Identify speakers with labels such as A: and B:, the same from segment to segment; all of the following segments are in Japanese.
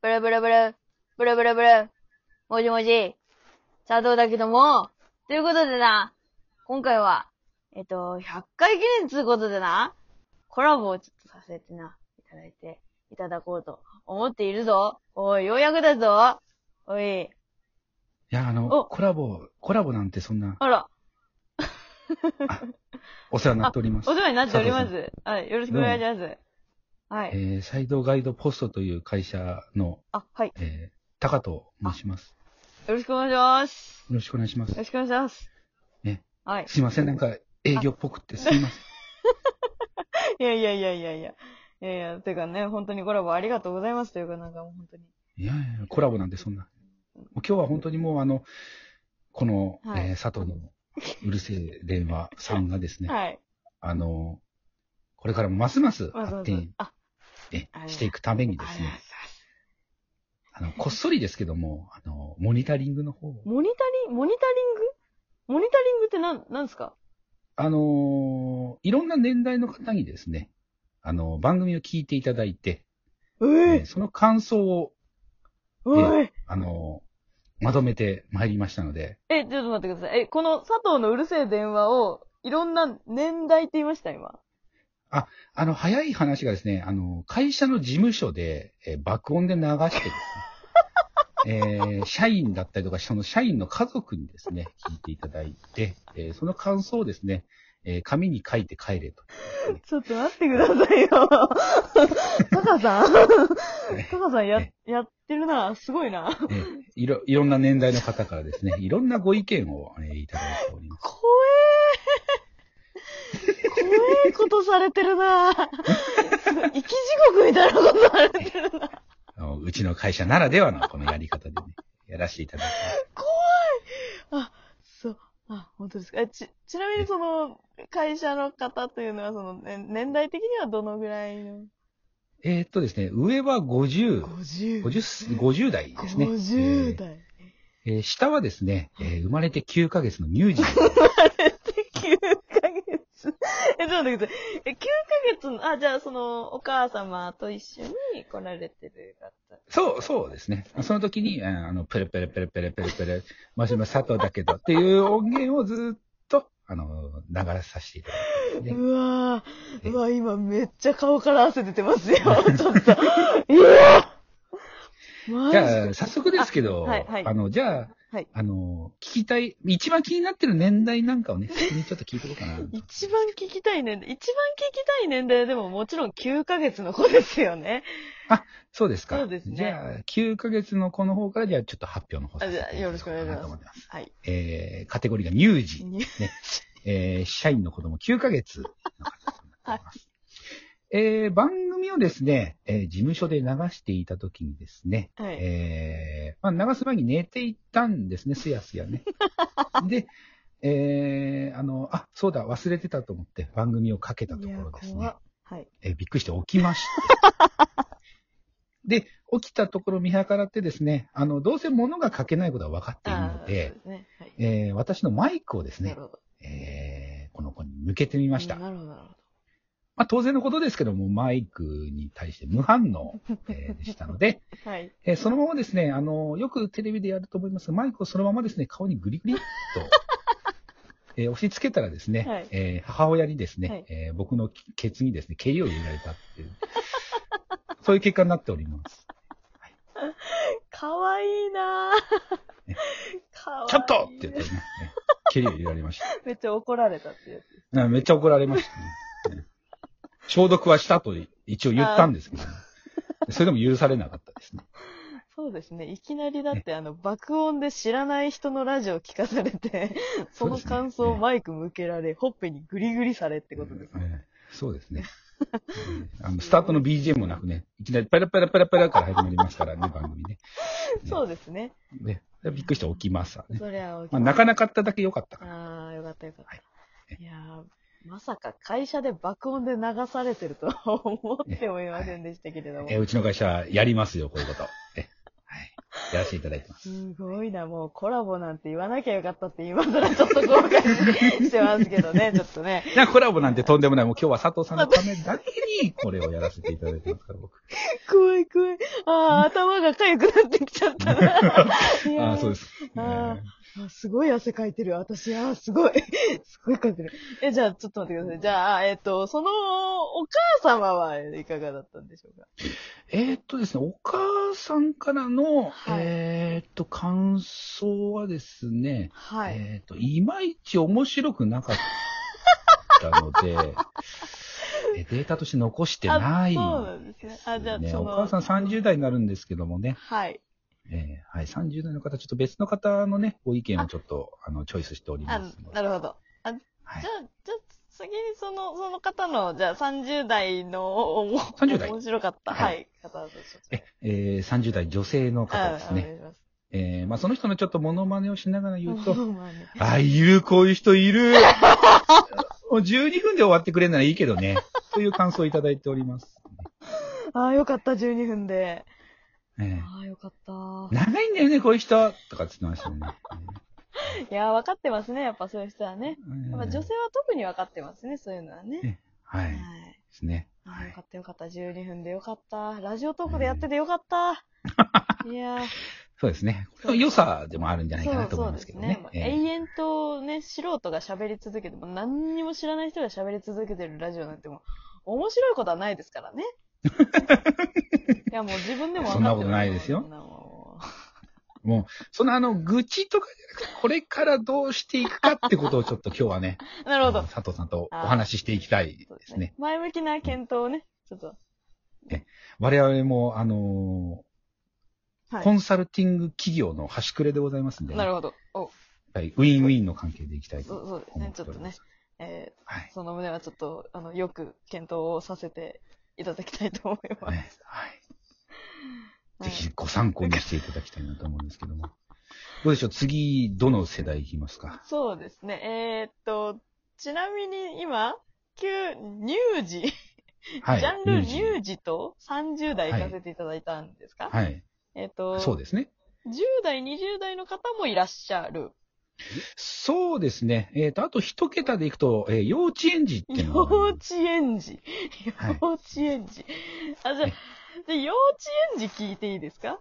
A: ブルブルブル、ブルブルブル、もじもじ、佐藤だけども、ということでな、今回は、えっと、100回記念つうことでな、コラボをちょっとさせてな、いただいて、いただこうと思っているぞ。おい、ようやくだぞ。おい、
B: いや、あ
A: お
B: の、コラボ、コラボなんてそんな
A: あら、
B: お世話になっております
A: お世。話になっておりま
B: 佐
A: す。はい、よろしくお願いします。はい。
B: えー、サイドガイドポストという会社の、
A: あ、はい。
B: えー、高と申します。
A: よろしくお願いします。
B: よろしくお願いしま
A: よ
B: す
A: ろ。しくお願いします。
B: ね。
A: はい。
B: すいません、なんか営業っぽくってすいません。
A: いやいやいやいやいや。いやいや、てかね、本当にコラボありがとうございますというか、なんかもう本当に。
B: いやいや、コラボなんてそんな。もう今日は本当にもうあの、この、
A: はい
B: えー佐藤のうるせえ電話さんがですね、
A: はい。
B: あの、これからもますます
A: わざわ
B: 発
A: ざ
B: 展、
A: あ、
B: え
A: ありがとう
B: していくためにで
A: あ
B: す
A: りがとうござい
B: ね
A: ま、す。
B: あの、こっそりですけども、あの、モニタリングの方を
A: モニタリング、モニタリングモニタリングってなん、なんですか
B: あのーいろんな年代の方にですね、あのー番組を聞いていただいて、
A: え
B: えーその感想を、
A: おい
B: あのーまとめてまいりましたので、
A: え、ちょっと待ってください。え、この佐藤のうるせえ電話を、いろんな年代って言いました、今。
B: あの、早い話がですね、あのー会社の事務所で、えー爆音で流してですね、えー社員だったりとか、その社員の家族にですね、聞いていただいて、えーその感想をですね、えー紙に書いて帰れと。
A: ちょっと待ってくださいよ。 タカさん タカさんや、やってるな。すごいな。
B: えーいろ、いろんな年代の方からですね、いろんなご意見を、えーいただいております。
A: 怖えー。怖えことされてるな生き地獄みたいなことされてるな
B: あのうちの会社ならではのこのやり方でね、やらせていただいて。
A: そう。あ、本当ですか。えち、ちなみにその、会社の方というのは、その、ね、年代的にはどのぐらいの
B: えーっとですね、上は50、
A: ?50
B: 50す、50代ですね。
A: 50代。
B: えーえー下はですね、えー生まれて9ヶ月の乳児。
A: 9ヶ月。え、ちょっと待ってください。え、9ヶ月の、あ、じゃあその、お母様と一緒に来られてる方。
B: そう、そうですね。その時に、ああの、ペルペルペルペルペルペル、もしも佐藤だけどっていう音源をずーっと、あの、流らさせていただいてますね。
A: うわ
B: え
A: ぁ、うわ今めっちゃ顔から汗出てますよ、 ちょっと。いやぁマジ
B: じ
A: か
B: ゃあ、早速ですけど、
A: あ
B: あ,、
A: はいはい
B: の、じゃあ、
A: はい
B: あの、聞きたい、一番気になってる年代なんかをね、先にちょっと聞いておこうかな。
A: 一番聞きたい年代、一番聞きたい年代でももちろん9ヶ月の子ですよね。
B: そうですか。
A: そうですね
B: じゃあ、9ヶ月の子の方から、じゃあちょっと発表の方
A: あじゃあよろしくお願いします
B: と思います。
A: はい。
B: えー、カテゴリーが乳児、
A: に
B: えー、社員の子供9ヶ月の方になっております。えー、番組をですね、えー事務所で流していたときにですね、
A: はい。
B: えー、まあ、流す前に寝ていったんですね、すやすや ね。で、えー、あの、あ、そうだ、忘れてたと思って番組をかけたところですね
A: っ。はい。
B: えーびっくりして起きまして。で、起きたところ見計らってですね、あの、どうせ物が書けないことは分かっている
A: あー
B: の
A: そうで
B: で、
A: すね。はい。
B: えー私のマイクをです
A: な
B: ね
A: る、ほど。
B: えーこの子に向けてみました。ま
A: なるほど、なるほど。
B: あ、当然のことですけども、マイクに対して無反応、えーでしたので、
A: はい。
B: えーそのままですね、あの、よくテレビでやると思いますが、マイクをそのままですね、顔にグリグリっ と、えー押し付けたらですね、
A: はい
B: えー母親にですね、
A: はい
B: えー僕のケツにですね、蹴りを入れられたっていう、そういう結果になっております。
A: かわいいなぁ
B: ね。
A: かわいい。
B: ちょっとって言ってね、ね蹴りを入れられました。
A: めっちゃ怒られたっていう。
B: うんめっちゃ怒られましたね。 ね消毒はしたと一応言ったんですけどね、それでも許されなかったですね。
A: そうですね。いきなりだって、あの、爆音で知らない人のラジオ聞かされ て、その感想をマイク向けられ、ほっぺにグリグリされってことですね。
B: ええそうですね。ええあのスタートの BGM もなくね、いきなりパラパラパラパラから始まりますか らね、番組ね。
A: そうですね。
B: ねでびっくりして起きますわね。
A: そりゃ、
B: まあ、泣かなかっただけ良かったから。
A: ああ、よかったよかっ
B: はい
A: た。いやー、まさか会社で爆音で流されてるとは思ってもいませんでしたけれども
B: ええ。うちの会社やりますよ、こういうこと。ええはい。やらせていただいてます。
A: すごいな、もうコラボなんて言わなきゃよかったって今更ちょっと後悔してますけど ね、ちょっとね。
B: いや、コラボなんてと んでもない。もう今日は佐藤さんのためだけに、これをやらせていただいてますから、僕。
A: 怖い怖い。あー頭が痒くなってきちゃ った。いや。
B: ああ、そうですす。
A: あー
B: えー
A: あすごい汗かいてる。私、あーすごい。 すごいかいてる。え、じゃあ、ちょっと待ってください。じゃあ、えっ、と、その、お母様はいかがだったんでしょうか
B: えーっとですね、お母さんからの、
A: はい
B: えーっと、感想はですね、
A: はい。
B: えーっと、いまいち面白くなかったの で、えデータとして残してない
A: あそうなんですね。あ、じゃあ、
B: ね。
A: そ
B: お
A: の、
B: 母さん30代になるんですけどもね、
A: はい。
B: えーはい、30代の方、ちょっと別の方のね、ご意見をちょっと、あの、チョイスしており
A: あ
B: ますの、で。
A: なるほど。
B: は
A: じ
B: い
A: ゃ。あ、じゃあ、次にその、その方の、じゃあ、30代の、おも
B: 30代
A: 面白かった、は、
B: はい
A: 方とし
B: ええー30代女性の方ですね。えーまあ、その人のちょっとモノマネをしながら言 うと、あ、いる、こういう人いる。 もう12分で終わってくれんならいいけどね。という感想をいただいております。
A: ああ、よかった、12分で。
B: え
A: ああ、よかった。
B: え長いんだよね、こういう人。とかつってまし たね。
A: いやー、分かってますね、やっぱそういう人はね。
B: え
A: やっぱ女性は特に分かってますね、そういうのはね。
B: はい。
A: は
B: で
A: い。
B: すね。
A: あ
B: は
A: ーよ
B: い
A: か。ったよかった。12分でよかった。ラジオトークでやっててよか った。いやー
B: そうですね。これは良さでもあるんじゃないかなと思いますけどね。
A: そうそう
B: え
A: です
B: え
A: ね。もう永遠とね、素人が喋り続けて、もう何にも知らない人が喋り続けてるラジオなんてもう、面白いことはないですから ね。いや、もう自分でも
B: そんなことないですよ
A: そんなも
B: もう、そのあの、愚痴とかじゃなくて、これからどうしていくかってことをちょっと今日はね、
A: うなるほど。
B: 佐藤さんとお話ししていきたいで
A: そうですすね
B: ね。。
A: 前向きな検討をね、ちょっと。
B: 我々も、あのー
A: はい
B: コンサルティング企業の端くれでございますんで、ね、
A: なる
B: や
A: ほ
B: っ
A: ど。お、
B: ぱりウィンウィンの関係でいきたいと
A: そうそうです
B: 思
A: ね
B: っ。
A: ち
B: て
A: ょっ
B: おり
A: と
B: ま
A: ね
B: す。、
A: え
B: はい
A: ー、。その旨はちょっと、あの、よく検討をさせていただきたいと思います。
B: ねはい。
A: はい
B: ぜひご参考にしていただきたいなと思うんですけども。どうでしょう次、どの世代いきますか
A: そうですね。えーっと、ちなみに今、旧、乳児、
B: はい。
A: ジャンル
B: 乳児
A: 乳児と30代行かせていただいたんですか、
B: はい。
A: えーっと、
B: そうですね。
A: 10代、20代の方もいらっしゃる。
B: そうですね。えっ、と、あと一桁でいくと、えー幼稚園児っていう
A: 幼
B: のがあ
A: 稚
B: ります
A: 園児。
B: はい
A: 幼稚園児。あ、じゃあ
B: はい、
A: で幼稚園児聞いていいですか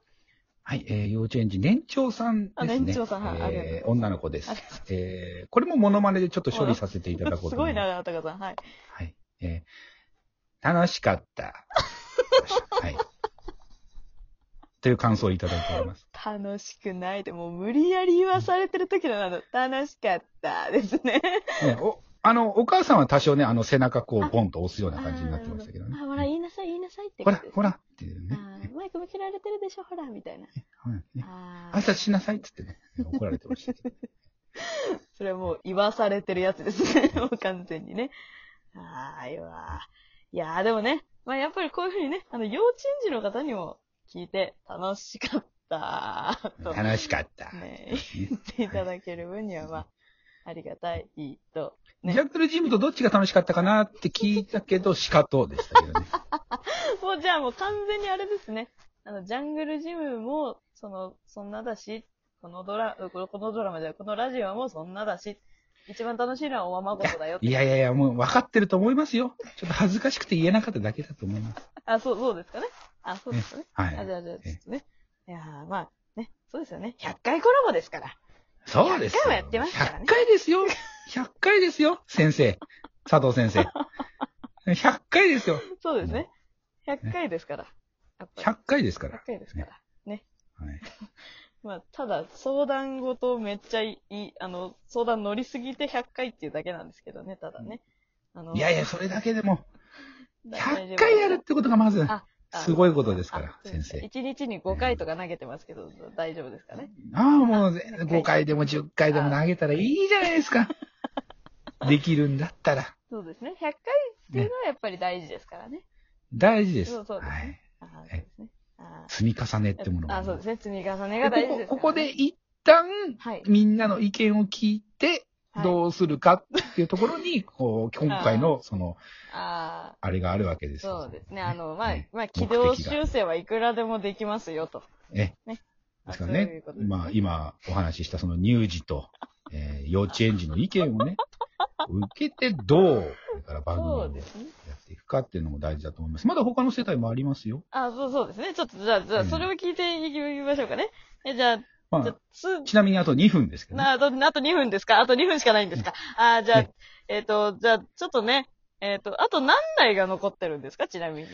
B: はい、えー幼稚園児、年長さんです
A: あ
B: ね。
A: 年長さんはいありがとうござい
B: え
A: ま
B: ー
A: す
B: 女の子です
A: ありが。
B: えーこれもモノマネでちょっと処理させていただこう
A: す
B: と思
A: ご
B: い
A: い
B: ます。
A: な、高さん。はい。
B: はい。えー楽しか った。はい。という感想をいただいております。
A: 楽しくないでもう無理やり言わされてる時のなの、楽しかったですね。
B: ね、お、あの、お母さんは多少ね、あの、背中こう、ボンと押すような感じになってましたけどね。
A: あ、ほら、言いなさい、言いなさいってこ
B: ほら
A: とで、す。
B: ほらっていう
A: あ
B: ね。
A: ーマイク向けられてるでしょ、ほら、みたいな。
B: はいね
A: あー
B: 挨拶しなさいって言ってね、怒られてましたけど。
A: それはもう言わされてるやつです ね。もう完全にね。ああ、いわー。いやー、でもね、まあやっぱりこういうふうにね、あの、幼稚園児の方にも聞いて楽しかったーと、
B: 楽しかった。
A: ね、言っていただける分には、まあ、ありがたいと。ね
B: ジャングルジムとどっちが楽しかったかなって聞いたけど、しか とでしたけどね。
A: もうじゃあもう完全にあれですね。あの、ジャングルジムも、その、そんなだし、このドラ、このこのドラマじゃないこのラジオもそんなだし、一番楽しいのはおままごとだよって
B: いやいやいや、もう分かってると思いますよ。ちょっと恥ずかしくて言えなかっただけだと思 います。
A: あ、そう、そうですかね。あ、そうですかね。
B: は
A: あ、じ
B: い。
A: ゃあ、じゃあ、
B: え
A: ちょっとね。いやーまあ、ね、そうですよね。100回コラボですから。
B: そうです
A: 100
B: よ。
A: 回もやってますからね
B: 100回ですよ。100回ですよ、先生。佐藤 先生。100回ですよ。
A: そうですね。100回ですから。やっぱ
B: 100回ですか
A: り。100
B: ら。
A: 回ですから。
B: はい、
A: まあ、ただ、相談ごとめっちゃいい、あの、相談乗りすぎて100回っていうだけなんですけどね、ただね。あの
B: いやいや、それだけでも、
A: だ
B: 100回やるってことがまず、
A: ああ
B: すごいことですから
A: あ、そうで
B: 先
A: す
B: 生。
A: ね一日に5回とか投げてますけど、大丈夫ですかね。
B: ああ、もう、5回でも10回でも投げたらいいじゃないで すか。できるんだったら。
A: そうですね。100回っていうのはやっぱり大事ですからね。
B: 大事です。
A: そうそうですね
B: はい。
A: あーそうですね。あ
B: 積み重ねってもの
A: ー
B: が
A: あー、そうですね。積み重ねが
B: で
A: 大事です、
B: こ
A: ね
B: こここで、一旦、
A: はい。
B: みんなの意見を聞いて、
A: はい
B: どうするかっていうところに、こう、今回の、その、
A: あ
B: あれがあるわけで
A: あ、
B: すよ。
A: そうですね。あの、まあ
B: ね、
A: まあ、
B: 的
A: 軌
B: が
A: 道修正はいくらでもできますよと。
B: え
A: ね。
B: です
A: そう
B: から
A: いう
B: ね
A: こと、です
B: まあ、今お話ししたその乳児と、えー幼稚園児の意見をね、受けてどう、これから番組を
A: そ
B: や
A: うですね。
B: っていくかっていうのも大事だと思います。まだ他の世帯もありますよ。
A: あ、そうそうですね。ちょっと、じゃあ、じゃ
B: う
A: あ、
B: ん
A: それを聞いていきましょうかね。え、じゃあ、じ
B: ま
A: ゃあ
B: あ、、
A: つ、
B: ちなみにあと2分ですけど、ね、
A: なあと、あと2分ですかあと2分しかないんですかあー、じゃあ
B: ね、
A: えっ、と、じゃあ、ちょっとね、えっ、と、あと何台が残ってるんですかちなみに。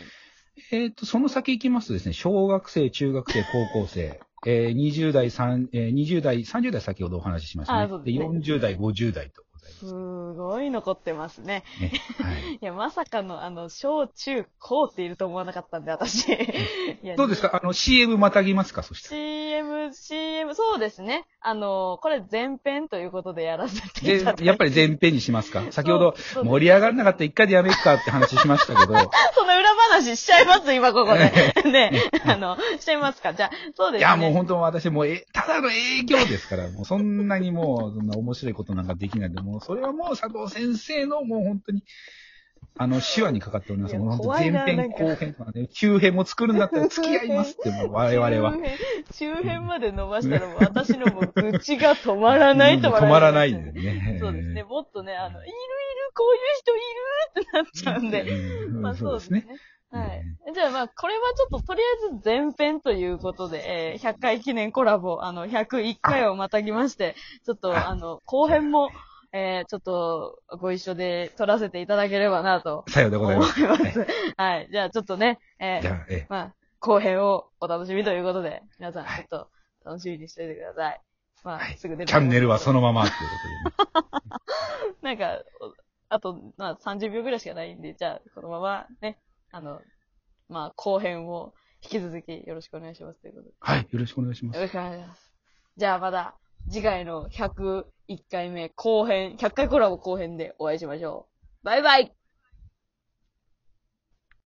B: えっ、と、その先行きますとですね、小学生、中学生、高校生、えー、20代、3えー、20代、30代先ほどお話ししました
A: あ
B: ね。
A: そう
B: で
A: ですね
B: 40代、50代とございます
A: ごい残ってますね。
B: すね。 はい、
A: いや、まさかの、あの、小中高っていると思わなかったんで、私。いや
B: どうですかあの、CM またぎますかそして。
A: CM、CM、そうですね。あの、これ前編ということでやらせて いただい
B: で、
A: て。
B: やっぱり前編にしますか先ほ
A: そ
B: ど
A: うそうです
B: 盛り上がらなかった一回でやめっかって話しましたけど、
A: その裏話しちゃいます、今ここ で。ね、あの、しちゃいますか。じゃあ、そうですね。
B: いや、もう本当私もうえ、ただの営業ですから、もうそんなにもう、そんな面白いことなんかできないんで、もうそれはもう佐藤先生のもう本当に、あの、手話にかかっております。
A: いや
B: もう本当
A: 怖
B: 前
A: いな
B: 編
A: なんか
B: 後編とかね、急編も作るんだったら付き合いますって、もう我々は
A: 中。編、中編まで伸ばしたらもう私のもう愚痴が止 まらない止まらない。
B: 止まらないんでね。
A: そうですね。もっとね、あの、いるいる、こういう人いるってなっちゃうんで。
B: うん
A: まあ
B: そうですね。。
A: はい。じゃあまあ、これはちょっととりあえず前編ということで、えー100回記念コラボ、あの、101回をまたぎまして、ちょっと
B: あ
A: あの、後編も、えーちょっとご一緒で撮らせていただければなと
B: さようでご
A: 思
B: ざ
A: い
B: い
A: ま
B: ます。
A: す。はい。じゃあちょっとね、えー
B: じゃあ、え
A: まあ、後編をお楽しみということで、皆さんち
B: はい
A: ょっと楽しみにしておいてください。まあ、
B: はい
A: すぐ
B: え、
A: 出
B: チャンネルはそ
A: の。
B: のままということ
A: なんか、おあと、まあ30秒ぐらいしかないんで、じゃあ、このままね、あの、まあ、後編を引き続きよろしくお願いしますということで。
B: で。はい、よろしくお願いします
A: よ。ろしくお願いします。じゃあ、また次回の101回目後編、100回コラボ後編でお会いしましょう。バイバイ